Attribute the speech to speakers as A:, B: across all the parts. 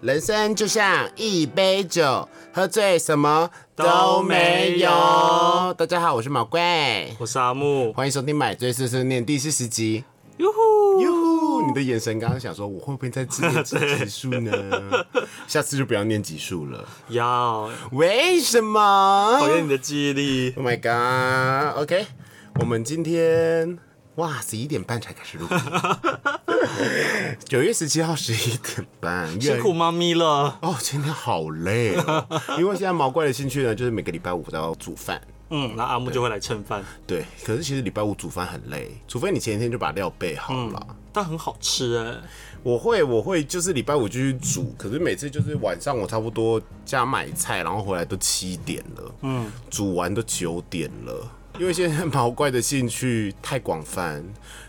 A: 人生就像一杯酒，喝醉什么
B: 都没有。
A: 大家好，我是毛怪，
B: 我是阿木，
A: 欢迎收听《买醉碎碎念》第四十集。
B: 哟呼！
A: 哟呼，你的眼神刚刚想说，我会不会在自念几级数 呢？下次就不要念级数了。
B: 要
A: 为什么？
B: 考验你的记忆力。
A: Oh my god! OK，我们今天哇十一点半才开始 录音，九月十七号十一点半，越来
B: 辛苦妈咪了，
A: 哦，今天好累、 哦，因为现在毛怪的兴趣呢，就是每个礼拜五都要煮饭。
B: 嗯，那阿木就会来蹭饭，
A: 对，可是其实礼拜五煮饭很累，除非你前一天就把料备好了。
B: 但很好吃哎、
A: 我会，我会就是礼拜五就去煮，可是每次就是晚上我差不多家买菜，然后回来都七点了，嗯，煮完都九点了。因为现在毛怪的兴趣太广泛，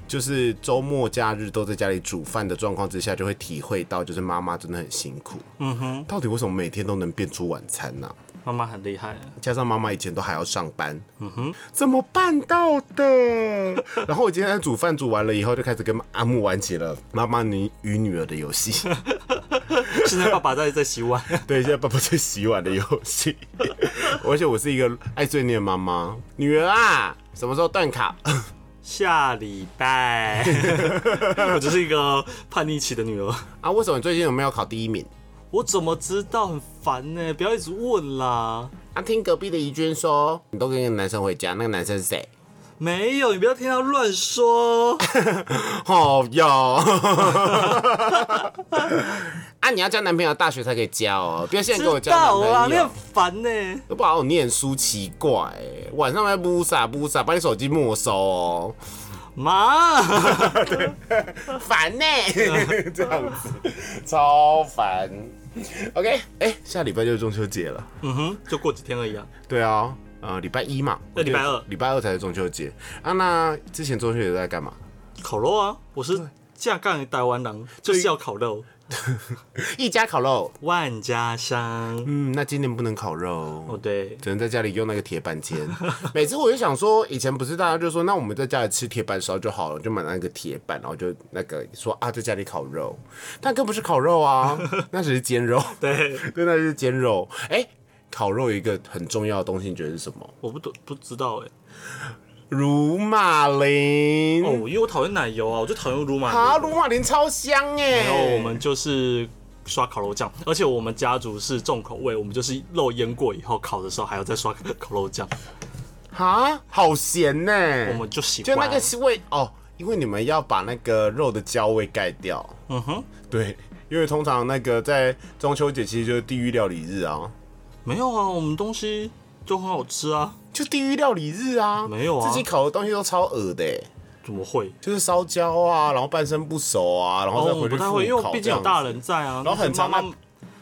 A: 就是周末假日都在家里煮饭的状况之下，就会体会到就是妈妈真的很辛苦。嗯哼，到底为什么每天都能变出晚餐呢、
B: 妈妈很厉害，
A: 加上妈妈以前都还要上班，嗯哼，怎么办到的？ 然后我今天在煮饭煮完了以后，就开始跟阿木玩起了妈妈你与女儿的游戏。
B: 现在爸爸在在洗碗，
A: 对，现在爸爸在洗碗的游戏，而且我是一个爱碎念的妈妈。女儿啊，什么时候断考？
B: 下礼拜， 我只是一个叛逆期的女儿，
A: 啊，为什么你最近有没有考第一名？
B: 我怎么知道？很烦呢、欸不要一直问啦。
A: 啊，听隔壁的怡君说，你都跟一个男生回家，那个男生是谁？
B: 没有，你不要听他乱 说。
A: 哦哟， 啊，你要交男朋友，大学才可以交哦，不要现在
B: 知
A: 给我交
B: 道啊啦，
A: 男
B: 你
A: 朋友
B: 很。烦欸呢、
A: 都不好好念书，奇怪、欸，晚上还不傻不傻，把你手机没收哦，
B: 妈，
A: 烦呢、这样子超烦。OK，哎、下礼拜就是中秋节了，
B: 嗯哼，就过几天而已啊。
A: 对啊，呃，礼拜一嘛，
B: 对礼拜二
A: 礼拜二才是中秋节啊。那之前中秋节都在干嘛？
B: 烤肉啊，我是架杠的台湾人，就是要烤肉，
A: 一家烤肉，
B: 万家香。
A: 嗯，那今年不能烤肉，
B: 哦，对，
A: 只能在家里用那个铁板煎。 每次我就想说，以前不是大家就说，那我们在家里吃铁板烧就好了，就买那个铁板，然后就那个说啊，在家里烤肉，但更不是烤肉 啊，那只是煎肉，
B: 对，
A: 对，那就是煎肉。哎、烤肉有一个很重要的东西，你觉得是什么？
B: 我不懂不知道哎、
A: 乳马铃。
B: 哦，因为我讨厌奶油啊，我就讨厌乳麻
A: 啊，
B: 油。
A: 乳马铃超香哎、
B: 然后我们就是刷烤肉酱，而且我们家族是重口味，我们就是肉腌过以后烤的时候还要再刷烤肉酱，
A: 啊，好咸呢、
B: 我们就喜
A: 就
B: 欢。
A: 那个味哦，因为你们要把那个肉的焦味盖掉。
B: 嗯哼，
A: 对，因为通常那个在中秋节其实就是地狱料理日啊，
B: 没有啊，我们东西就很好吃啊，
A: 就地狱料理日啊，
B: 没有啊
A: 自己烤的东西都超恶的欸、
B: 怎么会？
A: 就是烧焦啊，然后半生不熟啊，然后再
B: 哦，我
A: 回去
B: 不
A: 复
B: 太
A: 烤、
B: 会，因为毕竟有大，人在啊。
A: 然后很
B: 妈
A: 常
B: 妈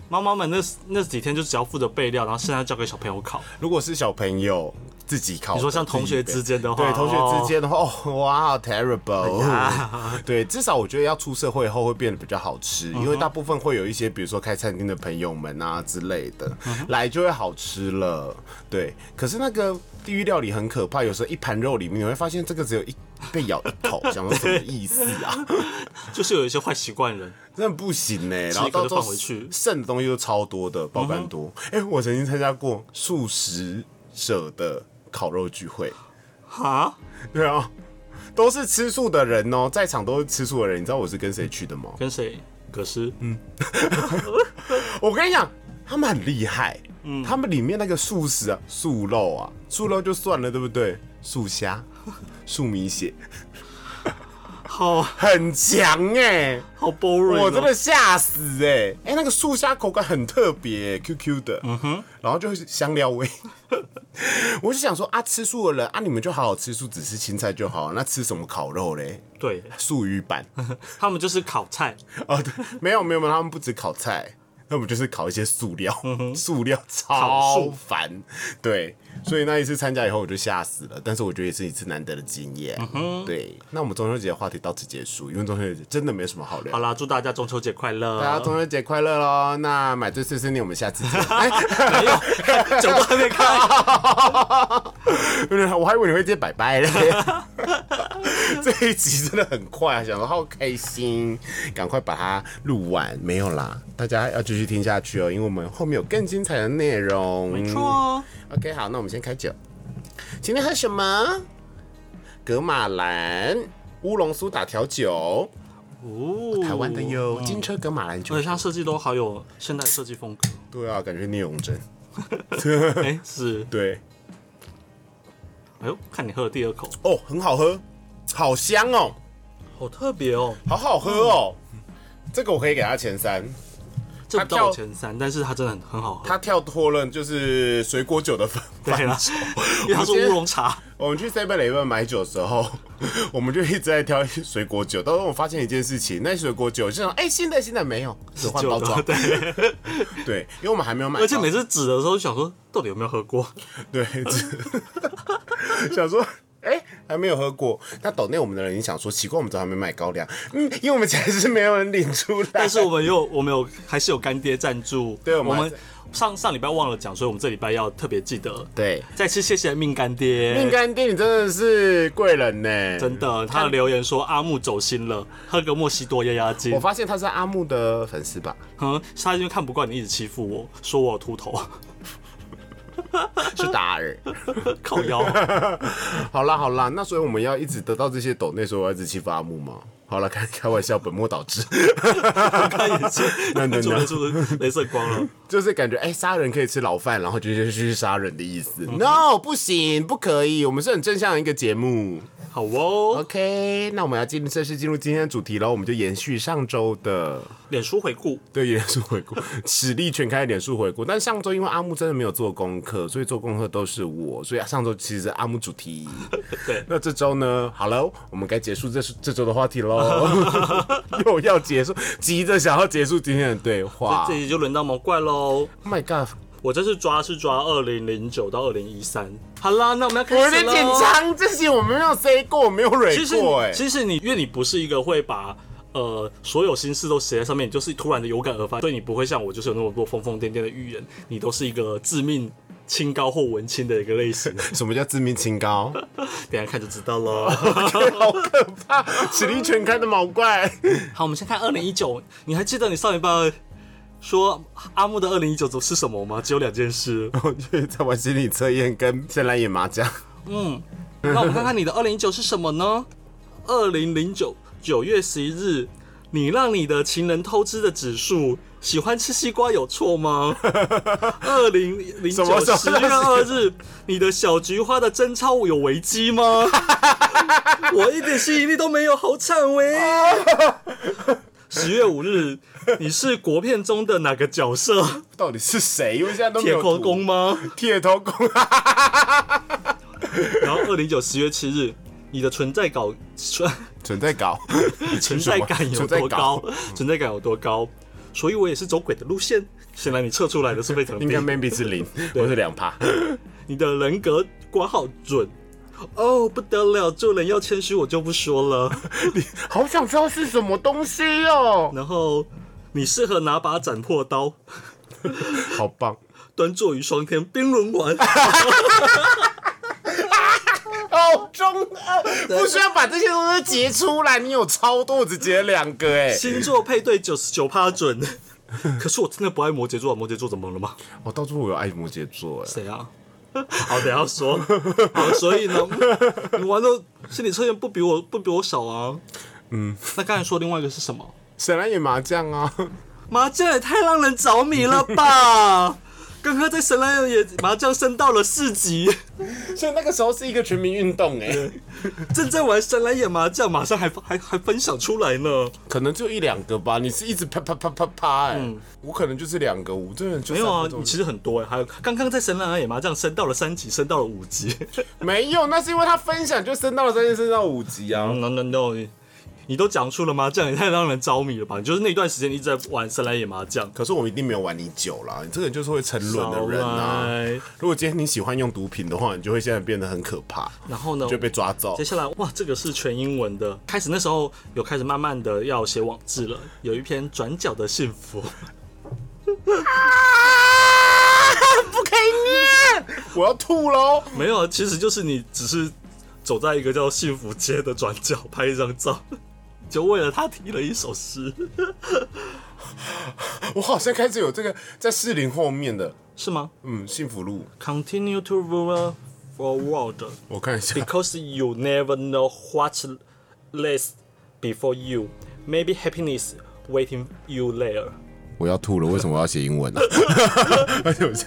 B: 妈妈们那那几天就只要负责备料，然后剩下交给小朋友烤。
A: 如果是小朋友自己烤的，
B: 你说像同学
A: 自己
B: 之间的话，哎
A: 对同学之间的话，哦哇好，terrible！、
B: 呀 嗯
A: 对，至少我觉得要出社会后会变得比较好吃，因为大部分会有一些，比如说开餐厅的朋友们啊之类的，
B: 嗯
A: 来就会好吃了。对，可是那个地狱料理很可怕，有时候一盘肉里面你会发现这个只有一被咬一 口，想说什么意思啊？
B: 哦就是有一些坏习惯人，
A: 真的不行呢、然后
B: 一口
A: 到
B: 就
A: 时候
B: 放回去嗯
A: 剩的东西都超多的，爆肝多。哎、我曾经参加过素食者的烤肉聚会。
B: 哈，
A: 对啊，都是吃素的人哦，在场都是吃素的人。你知道我是跟谁去的吗？
B: 跟谁？可是，
A: 嗯
B: 嗯
A: 我跟你讲，他们很厉害，他们里面那个素食啊、素肉啊、素肉就算了，对不对？素虾、素米血
B: 好啊
A: 很强哎、
B: 好 boring，哦
A: 我真的吓死哎、欸！哎、那个素虾口感很特别、q q 的，嗯哼，然后就是香料味。 我就想说啊，吃素的人啊，你们就好好吃素，只吃青菜就好，那吃什么烤肉嘞？
B: 对，
A: 素鱼板。
B: 他们就是烤菜，
A: 哦，对，没有没有没有，他们不止烤菜，他们就是烤一些塑料，塑料
B: 嗯烤
A: 超
B: 素
A: 烦。对，所以那一次参加以后我就吓死了，但是我觉得也是一次难得的经验。
B: 嗯
A: 对，那我们中秋节的话题到此结束，因为中秋节真的没什么好聊
B: 好。啦，祝大家中秋节快乐！
A: 大家中秋节快乐喽！那买醉碎碎念，我们下次见。
B: 没有， 酒都还没开。
A: 我还以为你会接拜拜嘞。这一集真的很快，想说好开心，赶快把它录完。没有啦，大家要继续听下去哦，因为我们后面有更精彩的内容。
B: 没错，
A: OK，好，那我们先开酒。今天喝什么？格马兰乌龙苏打调酒，
B: 哦，
A: 台湾的哟，金车格马兰酒
B: 而且。它设计都好有现代设计风格。
A: 对啊，感觉聂永贞。
B: 哎、是，
A: 对，
B: 哎呦，看你喝的第二口，
A: 哦，很好喝，好香哦，
B: 好特别哦。
A: 好好喝哦。这个我可以给他前三，
B: 这
A: 它
B: 不到我
A: 跳
B: 前三，但是它真的很很好喝。
A: 他跳脱了就是水果酒的范
B: 对
A: 范
B: 啦，因为它是
A: 我觉得
B: 乌龙茶，
A: 我们去 Seven Eleven 买酒的时候， 我们就一直在挑水果酒。到时候我发现一件事情，那水果酒就想，哎、现在现在没有，只换包装
B: 就。对，
A: 对，因为我们还没有买到。
B: 而且每次指的时候就想说，到底有没有喝过？
A: 对， 只想说。哎、还没有喝过。那岛内我们的人也想说，奇怪，我们怎么还没买高粱？嗯，因为我们还是没有人领出来。
B: 但是我 们有，我们有还是有干爹赞助。
A: 对我
B: 我
A: 们
B: 们上上礼拜忘了讲，所以我们这礼拜要特别记得。
A: 对，
B: 再次谢谢命干爹，
A: 命干爹，你嗯真的是贵人呢。
B: 呃真的，他的留言说阿木走心了，喝个莫西多压压惊
A: 我。发现他是阿木的粉丝 吧？
B: 嗯，是他因为看不惯你一直欺负我，说我有秃头，
A: 是达尔。
B: 靠腰。
A: 好啦好啦，那所以我们要一直得到这些抖内，所以我要一直欺负阿木吗？好了，开开玩笑，本末倒置，
B: 他眼睛
A: 那那那
B: 做得出镭射光了。
A: 就是感觉哎，杀、人可以吃牢饭，然后就是去杀人的意
B: 嗯
A: 思。No，不行，不可以，我们是很正向的一个节目。
B: 好哦，
A: OK，那我们要进正式进入今天的主题喽，我们就延续上周的
B: 脸书回顾，
A: 对脸书回顾， 实力全开脸书回顾。但上周因为阿木真的没有做功课，所以做功课都是我，所以上周其实阿木主题。
B: 对
A: 那这周呢？好了，我们该结束这这周的话题喽， 又要结束，急着想要结束今天的对话
B: 这。集就轮到毛怪喽。
A: Oh my god！
B: 我这次抓是抓二零零九到二零一三。好啦，那我们要开
A: 我有
B: 始
A: 点
B: 喽。
A: 紧张，这些我们没有 say 过，我没有
B: 其
A: re
B: 实
A: 过、哎，
B: 其实你因为你不是一个会把呃所有心事都写在上面，你就是突然的有感而发，所以你不会像我就是有那么多疯疯癫癫的预言，你都是一个致命清高或文青的一个类 型。
A: 什么叫致命清高？
B: 等一下看就知道了。
A: 好可怕！实力全开的毛 怪。
B: 好，我们先看二零一九，你还记得你上一半说阿木的二零一九是什么吗？只有两件事。
A: 我就是在玩心理测验跟先来演麻将。
B: 那我们看看你的二零一九是什么呢？二零零九九月十一日，你让你的情人偷吃的指数，喜欢吃西瓜有 错吗？二零零
A: 什么
B: 九
A: 什么
B: 十月二日，你的小菊花的贞操有危机 吗？我一点吸引力都没有，好惨喂！十月五日，你是国片中的哪个角色？
A: 到底是谁？因为现在都没
B: 铁
A: 有
B: 头
A: 图
B: 功，吗？
A: 铁头功啊！
B: 然后二零九十月七日，你的存在感存
A: 存在搞，
B: 存在感有多高
A: 存，
B: 存在感有多高，所以我也是走鬼的路线。显然你测出来的是非常 低
A: 应，该 maybe 是零或是两趴。
B: 你的人格挂号准。哦，不得了！做人要谦虚，我就不说了。
A: 好想知道是什么东西哦，
B: 然后，你适合拿把斩破刀，
A: 好棒！
B: 端坐于双天冰轮丸。
A: 好中二，不需要把这些东西截出来。你有超多，我只截了两个哎、
B: 星座配对九十九趴准。 可是我真的不爱摩羯座，摩羯座怎么了吗？
A: 我到处我有爱摩羯座哎、
B: 谁啊？好，等一下说。好，所以呢，你玩的心理测验不比我不比我少啊。嗯，那刚才说另外一个是什么？
A: 谁来演麻将啊？
B: 麻将也太让人着迷了 吧！刚刚在神来也麻将升到了四级，
A: 所以那个时候是一个全民运动哎、
B: 正在玩神来也麻将，马上还还还分享出来呢。
A: 可能就一两个吧。你是一直啪啪啪啪啪哎、我可能就是两个，我这人就
B: 没有啊
A: 三个，都
B: 你其实很多哎、还有刚刚在神来也麻将升到了三级，升到了五级。
A: 没有，那是因为他分享就升到了三千，升到五级啊。
B: no no no，你你都讲出了麻将也太让人着迷了吧？你就是那段时间一直在玩神来也麻将。
A: 可是我们一定没有玩你久了，你这个人就是会沉沦的人啊。
B: 来，
A: 如果今天你喜欢用毒品的话，你就会现在变得很可怕，
B: 然后呢
A: 就？被抓走
B: 接。下来哇，这个是全英文的。开始那时候有开始慢慢的要写网志了，有一篇《转角的幸 福》，
A: 不可以念，我要吐喽！
B: 没有，其实就是你只是走在一个叫幸福街的转角拍一张照， 就为了他提了一首诗，
A: 我好像开始有这个在士林后面的，
B: 是吗
A: 嗯，幸福路，
B: ？Continue to roll forward
A: 我看一下，
B: because you never know what lies before you. Maybe happiness waiting you there.
A: 我要吐了，为什么我要写英 文呢、啊而且我是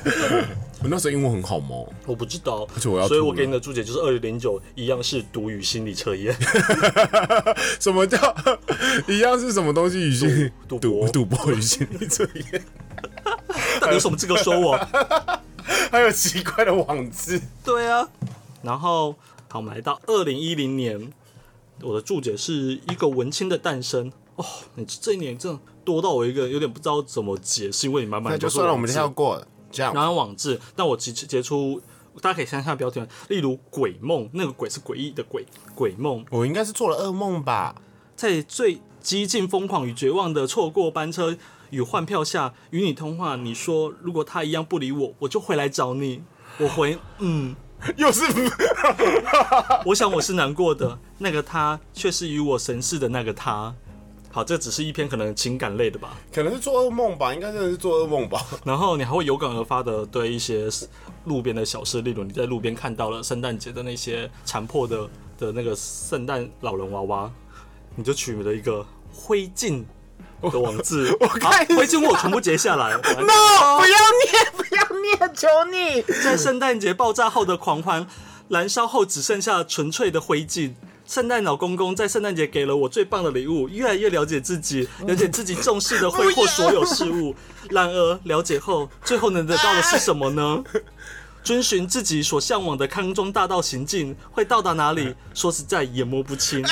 A: 我那时候英文很好吗？
B: 我不知道，
A: 且我要
B: 所以
A: 吐
B: 我
A: 了
B: 给你的注解就是二零零九一样是读语心理测验，
A: 什么叫 一样是什么东西？语境
B: 赌
A: 赌
B: 博
A: 赌博语境力测验，
B: 到底有什么资格说我？
A: 还有奇怪的网字。
B: 对啊，然后好，我们来到二零一零年，我的注解是一个文青的诞生。哦，你这一年真的多到我一个有点不知道怎么解释，因为你满满
A: 那
B: 都
A: 就是算了，我
B: 文
A: 们
B: 字
A: 跳过。这样，
B: 然后网志，但我截截出，大家可以想看标题，啊例如“鬼梦”，那个“鬼”是诡异的“鬼”，鬼梦
A: 我应该是做了噩梦吧？
B: 在最激进、疯狂与绝望的错过班车与换票下，与你通话。你说，如果他一样不理我，我就回来找你。我回， 嗯，
A: 又是
B: 我想我是难过的。那个他，却是与我神似的那个他。好，这只是一篇可能情感类的吧。
A: 可能是做噩梦吧？应该真的是做噩梦 吧？
B: 然后你还会有感而发的对一些路边的小事，例如你在路边看到了圣诞节的那些残破的的那个圣诞老人娃娃，你就取了一个灰烬的网字。我
A: 看一下
B: 灰烬我有全部截下来。
A: 哦，不要念，不要念，求你！
B: 在圣诞节爆炸后的狂欢，燃烧后只剩下纯粹的灰烬。圣诞老公公在圣诞节给了我最棒的礼物，越来越了解自己，了解自己重视的挥霍所有事物。然而，了解后，最后能得到的是什么呢？ 遵循自己所向往的康庄大道行进，会到达哪里？说实在也摸不清，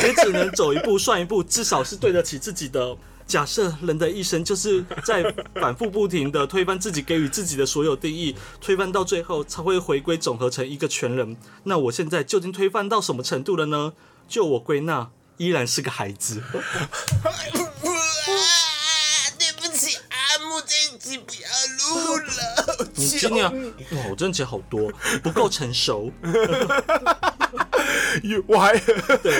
B: 也只能走一步算一步，至少是对得起自己的。假设人的一生就是在反复不停的推翻自己给予自己的所有定义，推翻到最后才会回归总合成一个全人。那我现在究竟推翻到什么程度了呢？就我归纳，依然是个孩子。
A: 啊对不起，阿木这一集不要录了。
B: 你今年哇，我真的觉得好多，不够成熟。
A: 我还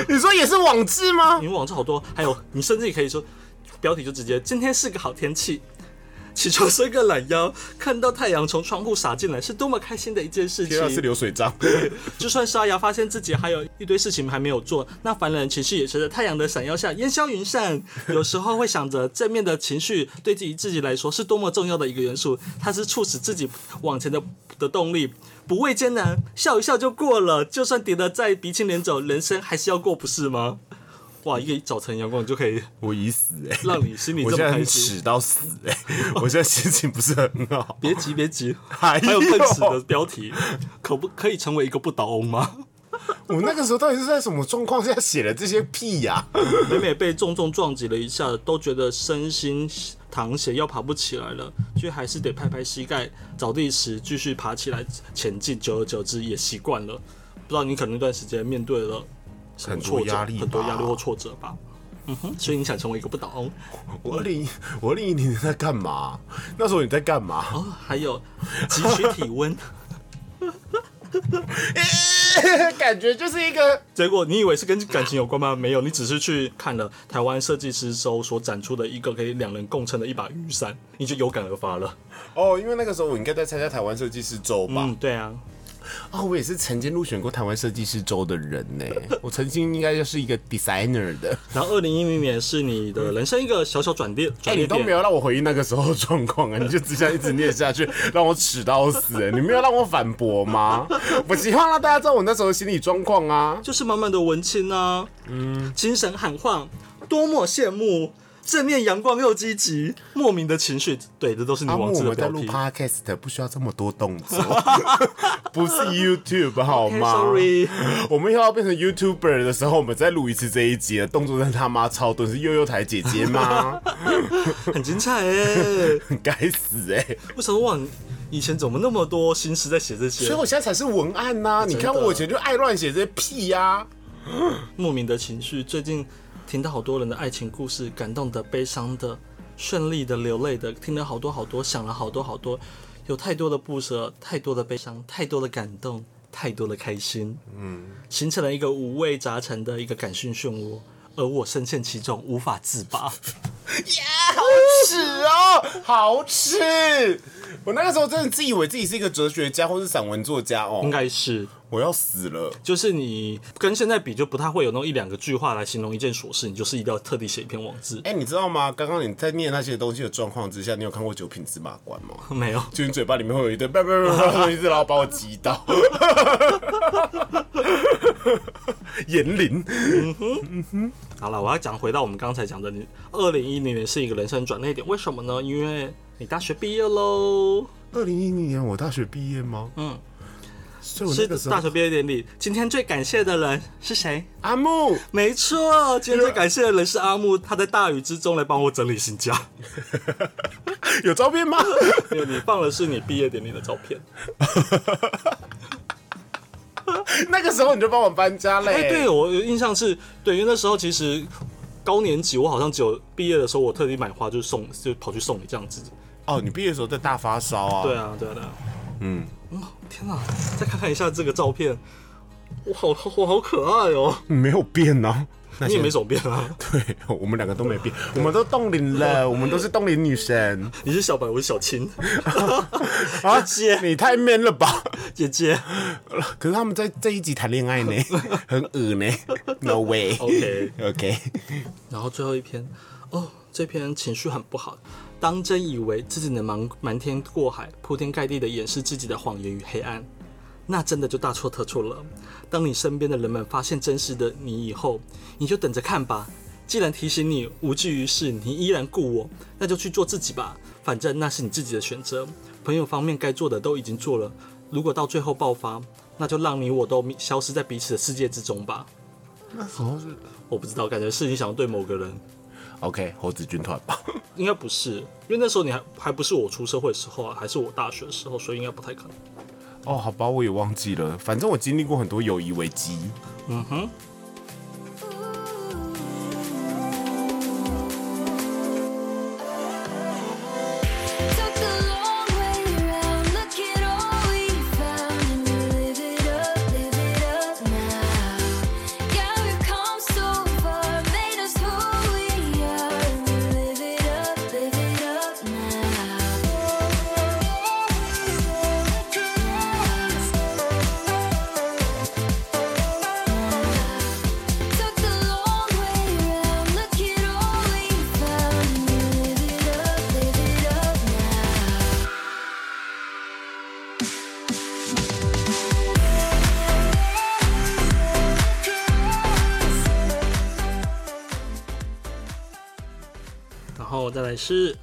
A: 你说也是网志吗？
B: 你们网志好多，还有你甚至也可以说，标题就直接今天是个好天气。起床伸个懒腰，看到太阳从窗户洒进来，是多么开心的一件事
A: 天啊，是
B: 情！
A: 流水账。
B: 就算刷牙，发现自己还有一堆事情还没有做，那烦人的情绪也随着太阳的闪耀下烟消 云散。有时候会想着正面的情绪对自己自己来说是多么重要的一个元素，它是促使自己往前的的动力。不畏艰难，笑一笑就过了。就算跌得再鼻青脸肿，人生还是要过，不是吗？哇，一个早晨阳光就可以
A: 我已死哎、
B: 让你心里
A: 我
B: 这
A: 现
B: 么
A: 在
B: 开
A: 很
B: 心。
A: 屎到死 哎、我现在心情不是很好。
B: 别急，别急，
A: 还
B: 还有
A: 有
B: 更屎的标题，可不可以成为一个不倒翁吗？
A: 我那个时候到底是在什么状况下写了这些屁 呀、
B: 每每被重重撞击了一下，都觉得身心淌血，要爬不起来了，却还是得拍拍膝盖，着地时继续爬起来前进。久而久之也习惯了。不知道你可能那段时间面对了什么
A: 很多
B: 挫折
A: 压力吧
B: 很多压力或挫折吧。嗯哼，所以你想成为一个不倒翁
A: 我二零我二零一零年在干嘛？那时候你在干嘛？
B: 哦，还有汲取体温，
A: 感觉就是一个
B: 结果你以为是跟感情有关吗？没有，你只是去看了台湾设计师周所展出的一个可以两人共撑的一把雨伞，你就有感而发了。
A: 哦，因为那个时候我应该在参加台湾设计师周吧？
B: 嗯，对啊，
A: 啊、我也是曾经入选过台湾设计师周的人呢、 我曾经应该就是一个 designer 的，
B: 然后二零一零年是你的人生一个小小转变，
A: 哎、
B: 转
A: 你
B: 捩
A: 都没
B: 点。
A: 有让我回忆那个时候的状况啊，你就只想一直念下去， 让我耻到死、哎你没有让我反驳 吗？我希望让大家知道我那时候的心理状况啊。
B: 就是满满的文青啊，嗯，精神喊话，多么羡慕，正面阳光又积极，莫名的情绪，对，这都是你
A: 阿木，
B: 网
A: 我
B: 志的
A: 们在
B: 标
A: 录
B: 题。
A: podcast 不需要这么多动作， 不是 YouTube 好
B: Okay,
A: 吗
B: sorry
A: 我们又要变成 YouTuber 的时候，我们再录一次这一集的动作真的他妈超多，是悠悠台姐姐 吗？
B: 很精彩哎、
A: 该死哎、
B: 我想说哇，你以前怎么那么多心思在写这
A: 所
B: 些
A: 以我现在才是文案呐、
B: 哎
A: 你看我以前就爱乱写这些屁呀、
B: 莫名的情绪？最近听到好多人的爱情故事，感动的、悲伤的、顺利的、流泪的，听了好多好多，想了好多好多，有太多的不舍，太多的悲伤，太多的感动，太多的开心，嗯，形成了一个五味杂陈的一个感性漩涡，而我深陷其中无法自拔。
A: 耻哦，好耻！我那个时候真的自以为自己是一个哲学家或是散文作家
B: 应
A: 哦，
B: 该是，
A: 我要死了。
B: 就是你跟现在比，就不太会有那种一两个句话来形容一件琐事，你就是一定要特地写一篇网志。
A: 哎、你知道吗？刚刚你在念那些东西的状况之下，你有看过《九品芝麻官》吗？
B: 没有，
A: 就你嘴巴里面会有一堆叭叭叭叭叭一直然后把我击倒， 言灵。
B: 好了，我要讲回到我们刚才讲的，你二零一零年是一个人生转捩点，为什么呢？因为你大学毕业喽，
A: 二零一零年我大学毕业吗？嗯，哎所以我那
B: 是
A: 个时
B: 大
A: 候
B: 学毕业典礼。今天最感谢的人是谁？
A: 阿 木，
B: 没错，今天最感谢的人是阿木，他在大雨之中来帮我整理新 家。
A: 有照片吗？
B: 因为你放的是你毕业典礼的照片。
A: 那个时候你就帮我搬家嘞、
B: 哎、对我有印象是，对，因为那时候其实高年级，我好像只有毕业的时候，我特地买花就送，就跑去送你这样子。
A: 哦，你毕业的时候在大发烧啊？
B: 对啊，对啊，对啊。嗯，哇，天哪！再看看一下这个照片，我好，我好可爱哦、
A: 没有变啊。那
B: 你也
A: 些
B: 没怎么变啊，
A: 对，我们两个都没变，我们都冻龄了，我们都是冻龄女神
B: 你是小白，我是小青，
A: 啊！
B: 姐
A: 你太 man 了吧？
B: 姐姐。
A: 可是他们在这一集谈恋 爱呢，很恶呢，No way。
B: OK
A: OK，
B: 然后最后一篇，哦，这篇情绪很不好。当真以为自己能瞒瞒天过海、铺天盖地的掩饰自己的谎言与黑暗，那真的就大错特错了。当你身边的人们发现真实的你以后，你就等着看吧。既然提醒你无济于事，你依然故我，那就去做自己吧。反正那是你自己的选择。朋友方面该做的都已经做了，如果到最后爆发，那就让你我都消失在彼此的世界之中吧。
A: 那时候是
B: 我不知道，感觉是你想要对某个人
A: OK 猴子军团吧？
B: 应该不是，因为那时候你还还不是我出社会的时候啊，还是我大学的时候，所以应该不太可能。
A: 哦，好吧，我也忘记了，反正我经历过很多友谊危机。
B: 嗯哼，
C: Took the long way around. Look at all we found, and we live it up, live it up now. Yeah, we've come so far, made us who we are, and we live it up, live it up now. Took the long way round. Look at all we found. Live it up, live it up now. Yes.
B: 然后再来是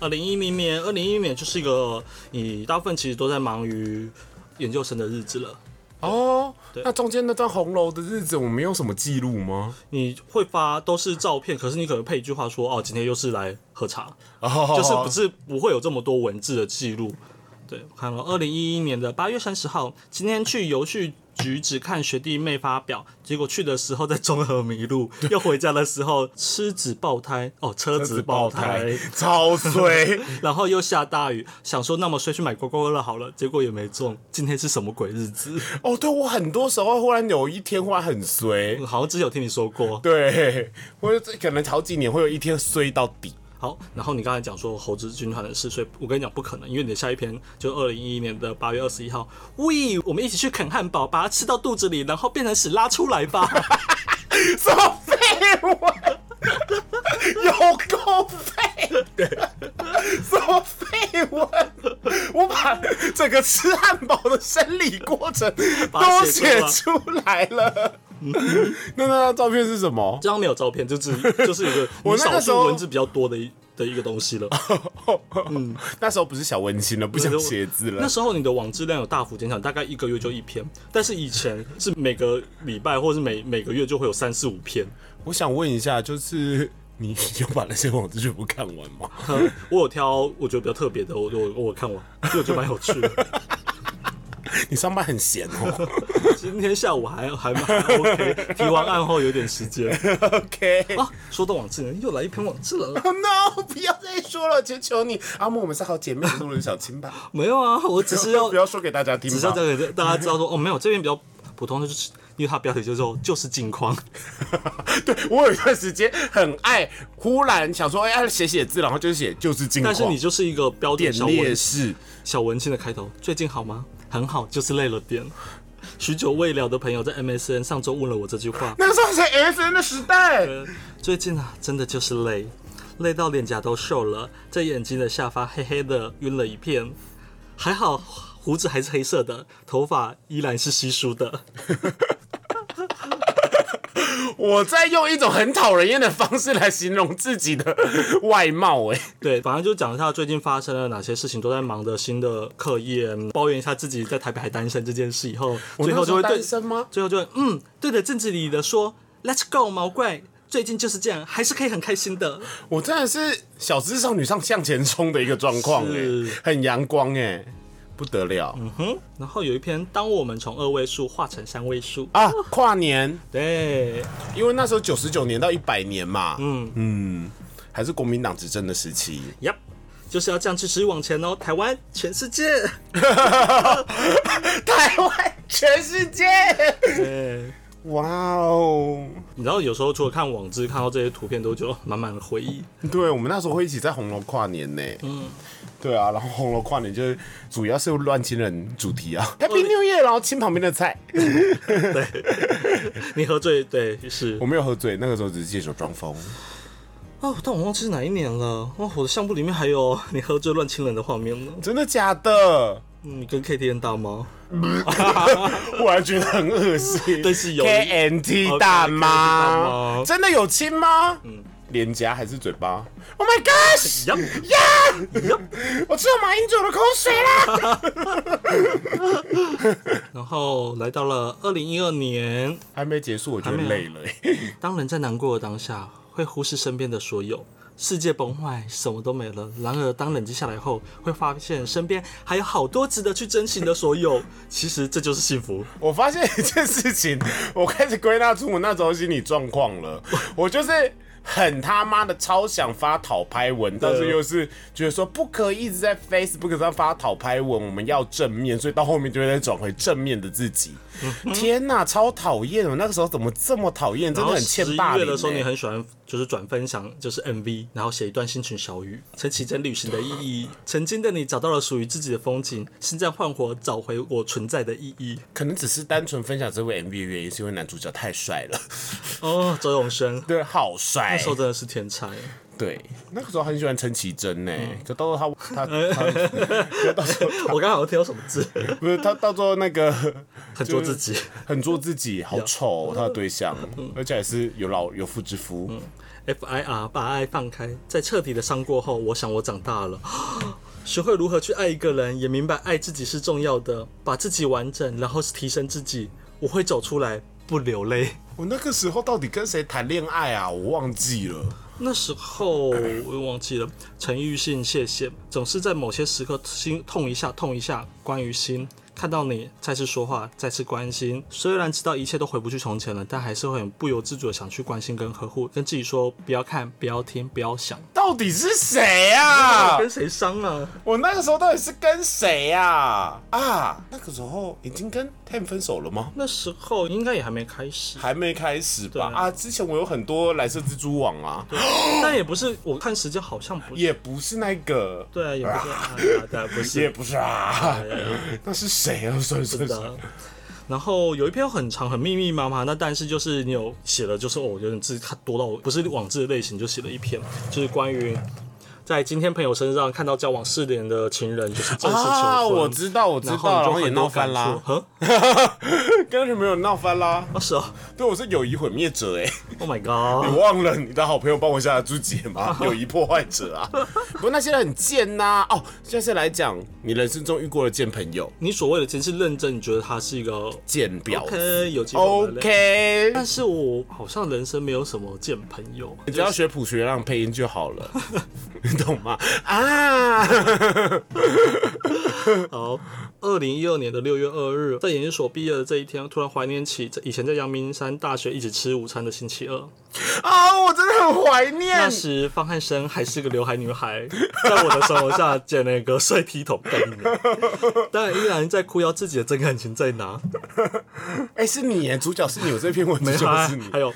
B: 二零一零年，二零一零年就是一个你大部分其实都在忙于研究生的日子了。
A: 哦，那中间那段红楼的日子，我们有什么记录吗？
B: 你会发都是照片，可是你可能配一句话说：“哦，今天又是来喝茶。”
A: 哦，
B: 就是不是不会有这么多文字的记录。对，我看了二零一一年的八月三十号，今天去邮局只看学弟妹发表，结果去的时候在中和迷路，又回家的时候车子爆胎，哦，车
A: 车
B: 子
A: 子爆
B: 爆胎
A: 胎，，超衰。
B: 然后又下大雨，想说那么睡去买刮刮乐好了，结果也没中。今天是什么鬼日子？
A: 哦，对我很多时候忽然有一天忽然很衰，
B: 好像之前有听你说过。
A: 对，或者可能好几年会有一天衰到底。
B: 好，然后你刚才讲说猴子军团的事，所以我跟你讲不可能，因为你的下一篇就二零一一年的八月二十一号，we 我们一起去啃汉堡，把它吃到肚子里，然后变成屎拉出来吧。
A: 什么废话？有够废的！什么废物？我把整个吃汉堡的生理过程都写出来了。那那张照片是什么？
B: 这张没有照片，就只就是一个
A: 我
B: 你
A: 那个
B: 少
A: 时候
B: 数文字比较多的一的一个东 西了。
A: 那时候不是小文青了，不想写字
B: 嗯那
A: 了。
B: 时候你的网质量有大幅减少，大概一个月就一篇，但是以前是每个礼拜或者是每每个月就会有三四五篇。
A: 我想问一下，就是你有把那些网志全部看完吗？
B: 我有挑我觉得比较特别的，我我我看完，因为我觉得蛮有趣的。
A: 你上班很闲哦。
B: 今天下午还还蛮 OK，提完案后有点时间
A: OK，
B: 啊。说到网志，又来一篇网志了。
A: Oh, no，不要再说了，求求你，阿莫，我们是好姐妹，你是我的小青吧？
B: 没有啊，我只是 要
A: 不要说给大家听
B: 只是要
A: 吧。
B: 给大家知道说，哦，没有这边比较普通，就是因为它标题就是说就是近况，
A: 对我有一段时间很爱，忽然想说，哎、要写写字，然后就写就是近况，
B: 但是你就是一个标准
A: 点
B: 小
A: 列
B: 文
A: 式，
B: 小文青的开头。最近好吗？很好，就是累了点。许久未聊的朋友在 MSN 上周问了我这句话，
A: 那个时候才 S N 的时代，
B: 呃最近啊，真的就是累，累到脸颊都瘦了，在眼睛的下方黑黑的晕了一片，还好胡子还是黑色的，头发依然是稀疏的。
A: 我在用一种很讨人厌的方式来形容自己的外貌、哎，
B: 对，反正就讲一下最近发生了哪些事情，都在忙着新的课业，嗯抱怨一下自己在台北还单身这件事以后，
A: 我
B: 最后
A: 那时
B: 就
A: 候
B: 会对
A: 单，身吗？
B: 最后就会嗯，对着镜子里的说，Let's go 毛怪，最近就是这样，还是可以很开心的。
A: 我真的是小资少女上向前冲的一个状况、
B: 是
A: 哎，很阳光、哎，不得了、
B: 嗯，然后有一篇，当我们从二位数化成三位数，
A: 啊！跨年，
B: 对，
A: 因为那时候九十九年到一百年嘛，
B: 嗯
A: 嗯，还是国民党执政的时期，
B: Yep，就是要这样持续往前哦，台湾，全世界。
A: 台湾全世界，
B: 对，
A: 哇哦！
B: 你知道有时候除了看网志，看到这些图片都觉得满满的回忆。
A: 对，我们那时候会一起在红楼跨年呢。嗯，对啊，然后红楼跨年就是主要是乱亲人主题啊，Happy New Year，然后亲旁边的菜。
B: 你喝醉，对，是
A: 我没有喝醉，那个时候只是借酒装疯。
B: 哦，但我忘记是哪一年了。哦，我的相簿里面还有 你喝醉乱亲人的画面呢。
A: 真的假的？
B: 嗯，你跟 K T N 大猫，
A: 我还觉得很恶心。
B: 但是有
A: KNT
B: OK，
A: 大
B: KNT 大
A: 妈，
B: 妈
A: 真的有亲吗？嗯，脸颊还是嘴巴？Oh my gosh！
B: 呀
A: 呀！我吃到马英九的口水啦！
B: 然后来到了二零一二年。
A: 还没结束我就
B: 还没有
A: 累了、欸。
B: 当人在难过的当下，会忽视身边的所有，世界崩坏，什么都没了。然而，当冷静下来后，会发现身边还有好多值得去珍惜的所有。其实这就是幸福。
A: 我发现一件事情，我开始归纳出我那时候心理状况了。我就是很他妈的超想发讨拍文，但是又是觉得说不可以一直在 Facebook 上发讨拍文，我们要正面，所以到后面就会再转回正面的自己。天哪，超讨厌！我那个时候怎么这么讨厌？真
B: 然
A: 的
B: 后
A: 很
B: 哦十
A: 欠
B: 一
A: 霸
B: 月
A: 凌、
B: 的时候，你
A: 欸。
B: 很喜欢就是转分享，就是 MV，然后写一段心情小语，陈绮贞旅行的意义。曾经的你找到了属于自己的风景，心脏焕火，找回我存在的意义。
A: 可能只是单纯分享这位 MV 的原因，是因为男主角太帅了，
B: 哦，周永生。
A: 对，好帅
B: 那时。候真的是天才，
A: 对，那个时候很喜欢陈绮贞呢，
B: 嗯
A: 可到时候他他 他，可到时候
B: 我刚刚好像听到什么字，
A: 不是他到时候那个
B: 很做自己。嗯
A: 很做自己，好丑、哦、他的对象，而且还是有老有妇之夫。
B: FIR 把爱放开，在彻底的伤过后，我想我长大了， 学会如何去爱一个人，也明白爱自己是重要的，把自己完整，然后是提升自己，我会走出来，不流泪。
A: 我那个时候到底跟谁谈恋爱啊？我忘记了。
B: 那时候我又忘记了，陈奕迅，谢谢，总是在某些时刻心痛一下，痛一下。关于心，看到你再次说话，再次关心，虽然知道一切都回不去从前了，但还是会很不由自主的想去关心跟呵护，跟自己说不要看，不要听，不要想。
A: 到底是谁啊？
B: 跟谁伤啊？
A: 我那个时候到底是跟谁啊？啊，那个时候已经跟 Tam 分手了吗？
B: 那时候应该也还没开始，
A: 还没开始吧？
B: 对
A: 啊，之前我有很多蓝色蜘蛛网啊，
B: 但也不是，我看时间好像不是，
A: 也不是那个，
B: 对啊，也不是，啊对啊，不
A: 也
B: 是，
A: 不是啊
B: 哎，
A: 那是谁啊？算
B: 是
A: 算算
B: 的。 然后有一篇很长很密密麻麻，那但是就是你有写了，就是哦，有点字看多到我不是网志类型，就写了一篇，就是关于在今天朋友身上看到交往四年的情人，就是正式求婚。
A: 啊，我知道，我知
B: 然
A: 道，然
B: 后
A: 后
B: 你就
A: 也
B: 很多
A: 闹翻
B: 感触
A: 啦，
B: 呵，
A: 跟女朋友闹翻啦。
B: 那是哦
A: 对，我是友谊毁灭者哎、
B: ，Oh my
A: 我
B: god，
A: 忘了你的好朋友帮我下的注解 吗？友谊破坏者啊！不过那些人很贱呐、哦，下次来讲你人生中遇过的贱朋友、
B: 你所谓的真是认真，你觉得他是一个
A: 贱婊子。
B: OK 有机会我们来聊
A: OK，
B: 但是我好像人生没有什么见朋友，
A: 你只要学朴学亮配音就好了， 你懂吗？啊，
B: 好，二零一二年的六月二日，在研究所毕业的这一天，突然怀念起以前在阳明山大学一起吃午餐的星期二。
A: 啊，我真的很怀
B: 那
A: 念。
B: 时方汉生还是个刘海女孩，在我的手下捡了一个帅 T 桶干你娘，但依然在哭腰自己的真感情在哪？
A: 哎、是你耶，主角是你，我这篇文字
B: 没
A: 就
B: 有啊
A: 是你
B: 还。有。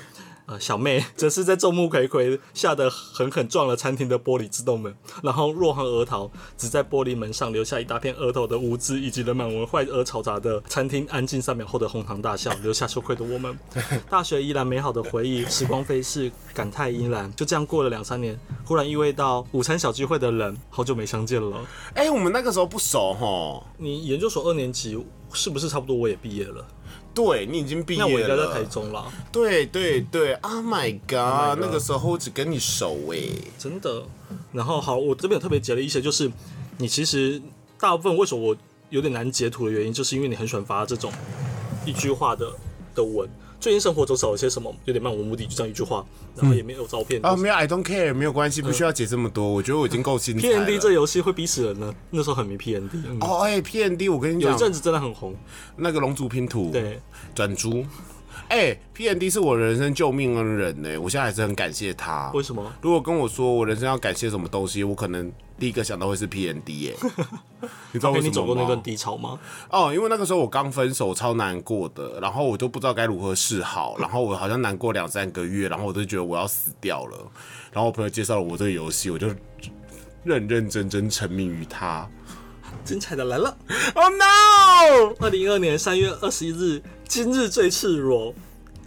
B: 呃，小妹 则是在众目睽睽下的狠狠撞了餐厅的玻璃自动门，然后落荒而逃，只在玻璃门上留下一大片额头的污渍，以及人满为患而嘈杂的餐厅安静三秒后的哄堂大笑，留下羞愧的我 们。大学依然美好的回忆，时光飞逝，感叹依然。就这样过了两三年，忽然意味到午餐小聚会的人好久没相见了。
A: 哎、我们那个时候不熟吼。
B: 你研究所二年级是不是差不多我也毕业了？
A: 对你已经毕业
B: 那
A: 了。
B: 我应该在台中啦，
A: 对对对，Oh my god，
B: 啊 god
A: 那个时候只跟你熟
B: 欸
A: 哎。
B: 真的。然后好，我这边有特别截了一些，就是你其实大部分为什么我有点难截图的原因，就是因为你很喜欢发这种一句话的的文。最近生活中少了些什么，有点漫无目的，就这样一句话，然后也没有照片。
A: 啊，没有，I don't care，没有关系，不需要解这么多。我觉得我已经够精彩
B: 嗯 P N D 这
A: 了。
B: 游戏会逼死人呢，那时候很迷 P N D，、嗯、
A: 哦，哎、p N D，我跟你
B: 有
A: 讲
B: 一，阵子真的很红。
A: 那个龙族拼图，
B: 对，
A: 转租。哎、p N D 是我人生救命恩人呢、我现在还是很感谢他。
B: 为什么
A: 如果跟我说我人生要感谢什么东西，我可能第一个想到会是 P N D 耶、你知道
B: 陪
A: 为
B: 你
A: 什
B: 走
A: 么
B: 过那段
A: 吗？
B: 低潮吗？
A: 哦，因为那个时候我刚分手，超难过的，然后我都不知道该如何是好，然后我好像难过两三个月，然后我就觉得我要死掉了，然后我朋友介绍了我这个游戏，我就认认真真沉迷于它。
B: 精彩的来了！
A: Oh no！
B: 二零一二年三月二十一日，今日最赤裸，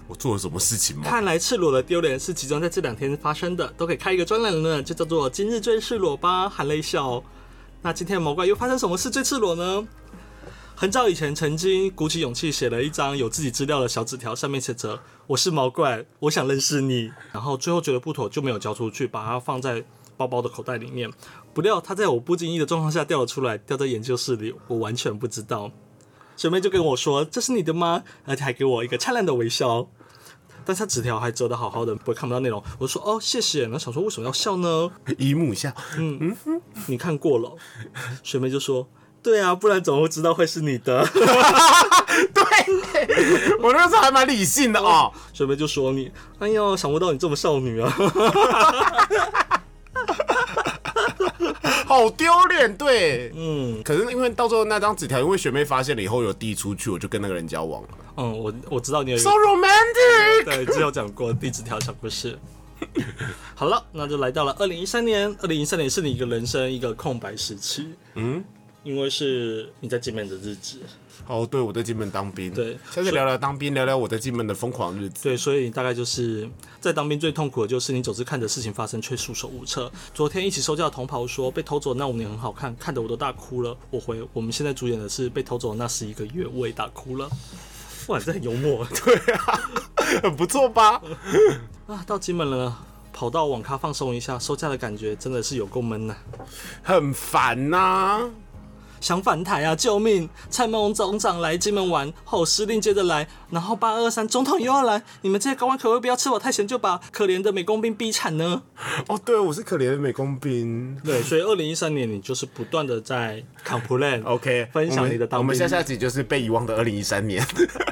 A: 我做了什么事情吗？
B: 看来赤裸的丢脸是集中在这两天发生的，都可以开一个专栏了呢，就叫做“今日最赤裸吧”，含泪笑。那今天的毛怪又发生什么事最赤裸呢？很早以前，曾经鼓起勇气写了一张有自己资料的小纸条，上面写着“我是毛怪，我想认识你”，然后最后觉得不妥就没有交出去，把它放在包包的口袋里面。不料它在我不经意的状况下掉了出来，掉在研究室里，我完全不知道。学妹就跟我说：“这是你的吗？”而且还给我一个灿烂的微笑。但是他纸条还折得好好的，不会看不到内容。我就说哦，谢谢。然后想说为什么要笑呢？
A: 姨母笑，
B: 你看过了。学妹就说，对啊，不然怎么会知道会是你的？
A: 我那时候还蛮理性的哦。
B: 学妹就说你，哎呦，想不到你这么少女啊。
A: 好丢脸，对，嗯。可是因为到最后那张纸条，因为学妹发现了以后有递出去，我就跟那个人交往了。
B: 嗯，我我知道你有一
A: So
B: 个
A: romantic。
B: 对，之前有讲过递纸条小故事。好了，那就来到了二零一三年。二零一三年是你一个人生一个空白时期，嗯，因为是你在见面的日子，
A: 哦，对，我在金门当兵。
B: 对
A: 下次聊聊当兵，聊聊我在金门的疯狂日子。
B: 对，所以大概就是在当兵最痛苦的就是你总是看着事情发生却束手无策。昨天一起收假的同袍说被偷走的那五年很好看，看得我都大哭了。我回我们现在主演的是被偷走的那十一个月，我也大哭了。哇，这很幽默
A: 对啊，很不错吧？
B: 啊！到金门了，跑到网咖放松一下，收假的感觉真的是有够闷呐、
A: 很烦呐、
B: 想返台啊！救命！蔡孟宏总长来金门玩，后司令接着来，然后八二三总统又要来，你们这些高官可不可以不要吃我太闲，就把可怜的美工兵逼惨呢？
A: 哦，对，我是可怜的美工兵。
B: 对，所以二零一三年你就是不断的在 complain。
A: OK，
B: 分享你的
A: 我
B: 当
A: 们
B: 兵
A: 下下集就是被遗忘的二零一三年。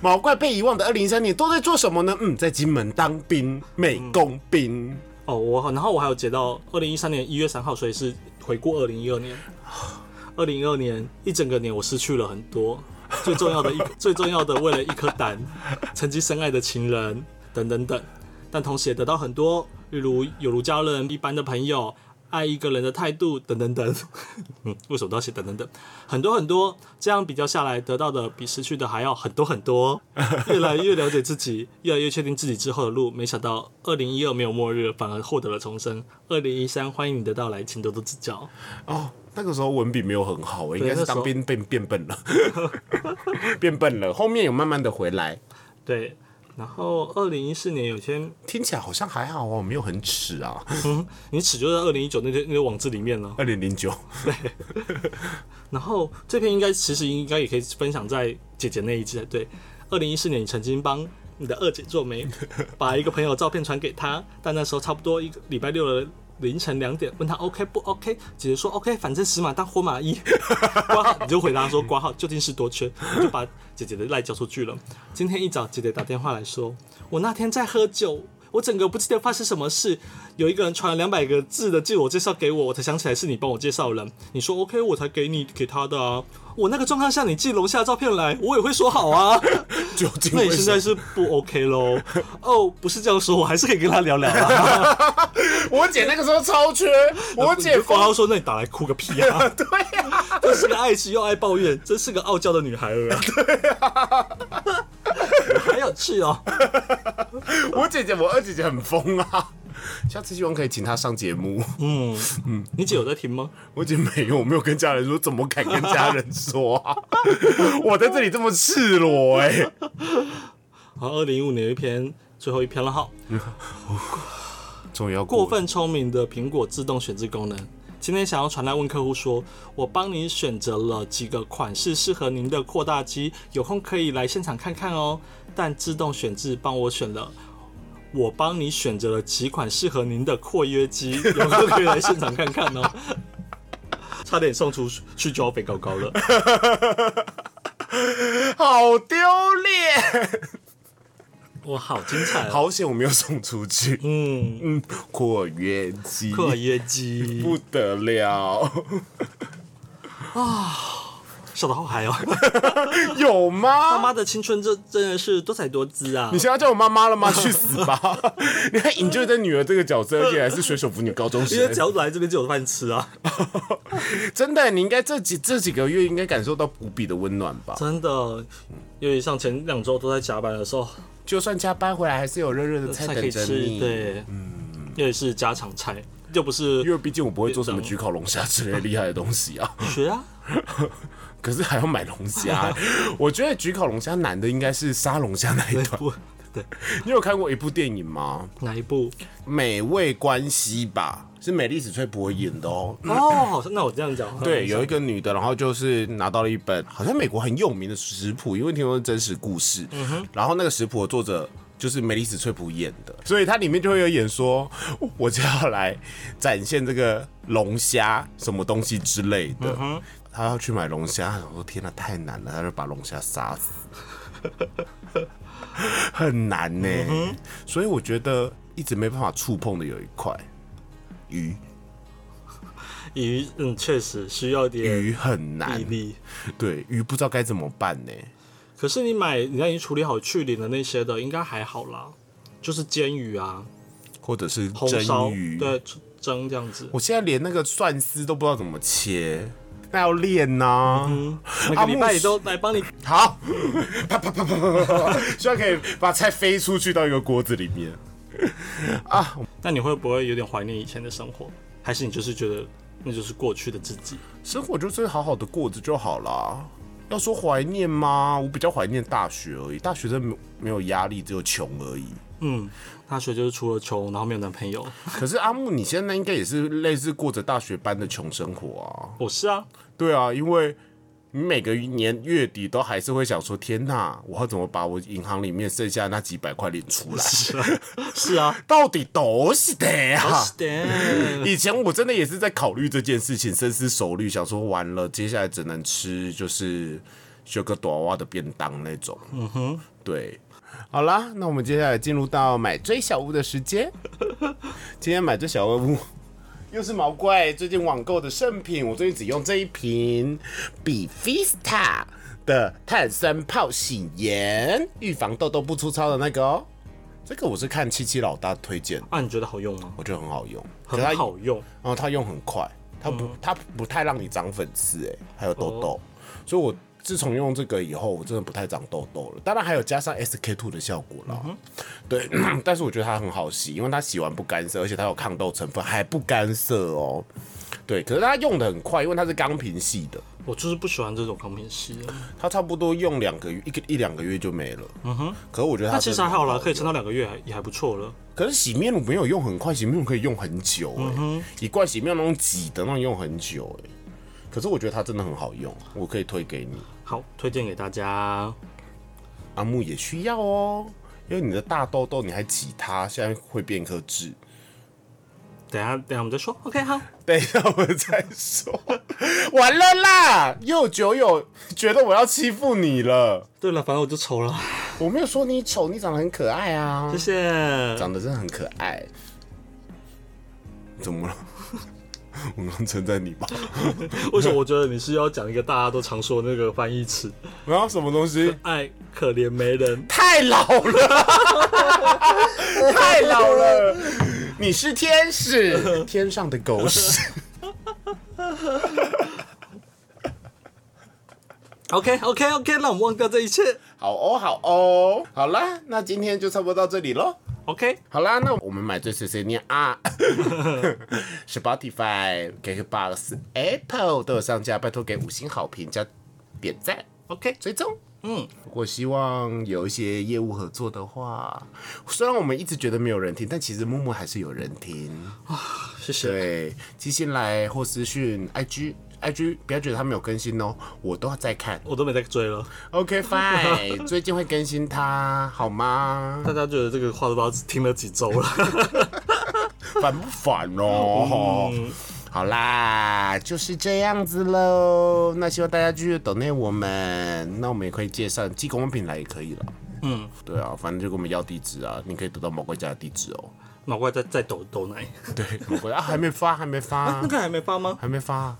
A: 毛怪被遗忘的二零一三年都在做什么呢？嗯，在金门当兵，美工兵。
B: 哦，我然后我还有截到二零一三年一月三号，所以是回顾二零一二年。二零一二年一整个年，我失去了很多， 最重要的一最重要的，为了一颗蛋， 曾经深爱的情人等等等，但同时也得到很多，例如有如家人一般的朋友。爱一个人的态度等等 等，嗯，为什么都要写等等等？很多很多，这样比较下来，得到的比失去的还要很多很多。越来越了解自己，越来越确定自己之后的路。没想到二零一二没有末日，反而获得了重生。二零一三，欢迎你的到来，请多多指教。
A: 哦，那个时候文笔没有很好，欸我应
B: 对
A: 该是
B: 那时候
A: 当兵变变笨了， 变笨了。后面有慢慢的回来，
B: 对，然后二零一四年有一天，
A: 听起来好像还好哦，没有很耻啊。
B: 嗯你尺就在二零一九那天那个网志里面了。
A: 二零零九，
B: 然后这篇应该其实应该也可以分享在姐姐那一集才对。二零一四年，你曾经帮你的二姐做媒，把一个朋友的照片传给她，但那时候差不多一个礼拜六的凌晨两点问他 OK 不 OK，姐姐说 OK，反正死马当活马医， 挂号你就回答说挂号究竟是多缺，我就把姐姐的赖交出去了。今天一早姐姐打电话来说，我那天在喝酒。我整个不记得发生什么事，有一个人传了两百个字的自我介绍给我，我才想起来是你帮我介绍人。你说 OK，我才给你给他的啊。我那个状况下，你寄楼下的照片来，我也会说好啊。
A: 究竟
B: 那
A: 为
B: 你现
A: 什
B: 在
A: 么？
B: 是不 OK 喽？哦，不是这样说，我还是可以跟他聊聊啊。
A: 我姐那个时候超缺，我姐
B: 挂
A: 疯
B: 号说：“那你打来哭个屁啊！” 对呀、真是个爱吃又爱抱怨，真是个傲娇的女孩儿啊！ 对啊 呀、很有趣哦。
A: 我姐姐，我二姐姐很疯啊。下次希望可以请她上节目。
B: 嗯嗯，你姐有在听吗？
A: 我姐没有，我没有跟家人说，怎么敢跟家人说啊？我在这里这么赤裸哎、
B: 好，二零一五年有一篇，最后一篇了哈。
A: 终于要
B: 过分聪明的苹果自动选字功能。今天想要传来问客户说，我帮你选择了几个款式适合您的扩大机，有空可以来现场看看哦。但自动选字帮我选了，我帮你选择了几款适合您的扩约机，有空可以来现场看看哦。 差点送出去就要被高高了。
A: 好丢脸，
B: 哇，好精彩、哦！，
A: 好险我没有送出去。
B: 嗯，
A: 嗯，扩约肌
B: 扩约机，
A: 不得了，
B: 笑得好嗨 哦！
A: 有吗？
B: 妈妈的青春这真的是多彩多姿啊！
A: 你现在叫我妈妈了吗？去死吧！你还引咎在女儿这个角
B: 嗯
A: 色，而且还是水手服女高中
B: 因为
A: 生
B: 只。要来这边就有饭吃啊，
A: 真的，你应该这几这几个月应该感受到无比的温暖吧？
B: 真的。因为像前两周都在加班的时候，
A: 就算加班回来，还是有热热的菜
B: 才呃可
A: 等
B: 以
A: 着
B: 吃，
A: 你。，
B: 对，嗯，因为是家常菜，又不
A: 因
B: 是
A: 为毕竟我不会做什么焗烤龙虾之类厉害的东西啊。
B: 学啊，
A: 可是还要买龙 虾，我觉得焗烤龙虾难的应该是杀龙虾那一段。
B: 不，对，
A: 你有看过一部电影吗？
B: 哪一部？
A: 《美味关系》吧，是美丽史翠博演的哦。
B: 哦，好像那我这样讲，
A: 对，有一
B: 一
A: 个女的，然后就是拿到了一本好像美国很有名的食谱，因为听说是真实故事。然后那个食谱的作者就是梅丽史翠普演的，所以它里面就会有演说，我就要来展现这个龙虾什么东西之类的。他要去买龙虾，我说天哪，太难了，他就把龙虾杀死，很难呢、所以我觉得一直没办法触碰的有一块鱼，
B: 鱼，嗯，确实需要点
A: 鱼很难
B: 毅。力。
A: 对，鱼不知道该怎么办呢。
B: 可是你买人家已经处理好去鳞的那些的，应该还好啦，就是煎鱼啊，
A: 或者是
B: 红烧
A: 蒸鱼，，
B: 对，蒸这样子。
A: 我现在连那个蒜丝都不知道怎么切，那要练呐、
B: 每个礼拜你都来帮你
A: 好， 啪啪啪啪啪啪，希望可以把菜飞出去到一个锅子里面。
B: 那你会不会有点怀念以前的生活？还是你就是觉得那就是过去的自己？
A: 生活就是好好的过着就好啦。要说怀念吗？我比较怀念大学而已，大学真的没有没有压力，只有穷而已。
B: 嗯，大学就是除了穷，然后没有男朋友。
A: 可是阿木，你现在应该也是类似过着大学般的穷生活啊。
B: 我是啊，
A: 对啊，因为你每个年月底都还是会想说，天呐，我要怎么把我银行里面剩下那几百块领出来？
B: 是啊，是啊。
A: 到底都是的呀！
B: Damn
A: 以前我真的也是在考虑这件事情，深思熟虑，想说完了，接下来只能吃就是修个朵娃的便当那种。嗯哼，对。好啦，那我们接下来进入到买追小物的时间。今天买追小物又是毛怪最近网购的圣品，我最近只用这一瓶比 Vista 的碳酸泡洗盐，预防痘痘不粗糙的那个哦。这个我是看七七老大推荐的，
B: 啊，你觉得好用吗？
A: 我觉得很好用，可是它
B: 很好用，
A: 然后它用很快，它
B: 嗯
A: 不、它不太让你长粉刺哎、还有痘
B: 哦
A: 痘，所以我自从用这个以后，我真的不太长痘痘了。当然还有加上 SK two 的效果
B: 嗯
A: 啦，对， 但是我觉得它很好洗，因为它洗完不干涩，而且它有抗痘成分，还不干涩哦。对，可是它用的很快，因为它是钢瓶系的，
B: 我就是不喜欢这种康平系。
A: 它差不多用两个月，一个一两个月就没了。嗯哼，可是我觉得它
B: 那其实
A: 真
B: 还
A: 的
B: 好啦，
A: 用
B: 可以撑到两个月，还也还不错了。
A: 可是洗面乳没有用很快，洗面乳可以用很久哎、一罐洗面乳那种挤的那种用很久哎、可是我觉得它真的很好用，我可以推给你。
B: 好，推荐给大家。
A: 阿木也需要哦，因为你的大痘痘你还挤它，现在会变颗痣。
B: 等一下等一下我们再说。OK，好，
A: 等一下我们再说。完了啦，又酒友觉得我要欺负你了。
B: 对了，反正我就丑 了，
A: 我没有说你丑，你长得很可爱啊
B: 谢，谢。
A: 长得真的很可爱。怎么了？ 我刚称赞你吧。
B: 为什么我觉得你是要讲一个大家都常说的那个翻译词？
A: 然后什么东西？
B: 爱可怜没人，
A: 太老 了，太老了。你是天使， 天上的狗屎。
B: OK OK OK，让我们忘掉这一切。
A: 好哦，好哦，好啦，那今天就差不多到这里喽。
B: OK，
A: 好啦，那我们买最碎碎念 啊，Spotify、KKBox、Apple 都有上架，拜托给五星好评加点赞
B: OK，
A: 追踪。
B: 嗯，
A: 如果希望有一些业务合作的话，虽然我们一直觉得没有人听，但其实木木还是有人听。
B: 谢谢。
A: 对，寄信来或私讯 IG。IG 不要觉得它没有更新哦，我都在看。
B: 我都没在追了，
A: OK fine，最近会更新它好吗？
B: 大家觉得这个话都不知道听了几 周了。
A: 烦不烦哦？
B: 嗯
A: 好啦，就是这样子喽。那希望大家继续等待我们，那我们也可以介绍寄公关品来也可以了。
B: 嗯，
A: 对啊，反正就跟我们要地址啊，你可以得到某个家的地址哦。
B: 脑怪在在抖抖奶，
A: 对，某个啊还没发，还没发
B: 那，个还没发吗？
A: 还没发。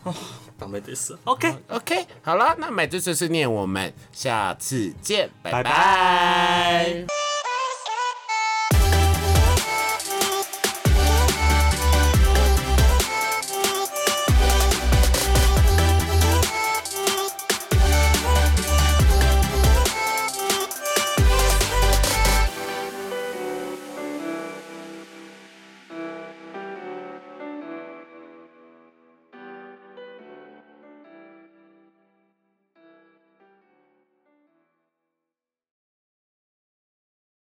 B: 倒霉的是 OK，
A: OK，好了，那买醉碎碎念，我们下次见，拜
B: 拜
A: 拜
B: 拜。